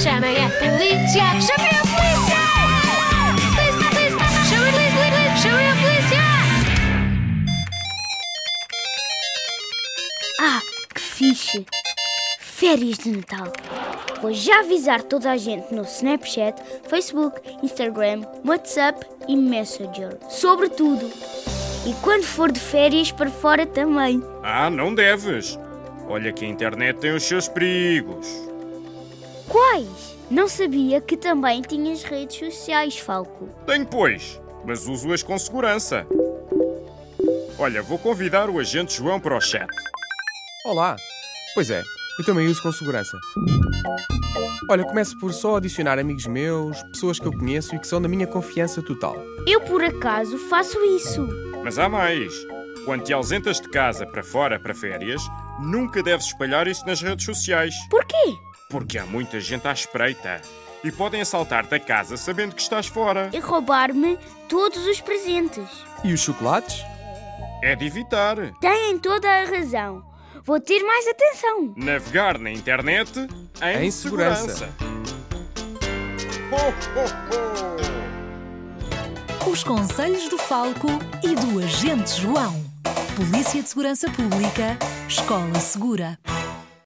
Chamei a polícia! Chamei a polícia! Polícia, polícia! Chamei a polícia! Chamei a polícia! Ah, que fixe! Férias de Natal! Vou já avisar toda a gente no Snapchat, Facebook, Instagram, WhatsApp e Messenger. Sobre tudo! E quando for de férias para fora também. Ah, não deves. Olha que a internet tem os seus perigos. Quais? Não sabia que também tinhas redes sociais, Falco. Tenho, pois, mas uso-as com segurança. Olha, vou convidar o agente João para o chat. Olá! Pois é, eu também uso com segurança. Olha, começo por só adicionar amigos meus, pessoas que eu conheço e que são da minha confiança total. Eu, por acaso, faço isso. Mas há mais. Quando te ausentas de casa para fora para férias, nunca deves espalhar isso nas redes sociais, Porquê? porque há muita gente à espreita e podem assaltar-te a casa sabendo que estás fora. E É roubar-me todos os presentes. E os chocolates? É de evitar. Têm toda a razão. Vou ter mais atenção. Navegar na internet em, Em segurança. segurança. Ho, ho, ho. Os conselhos do Falco e do Agente João. Polícia de Segurança Pública. Escola Segura.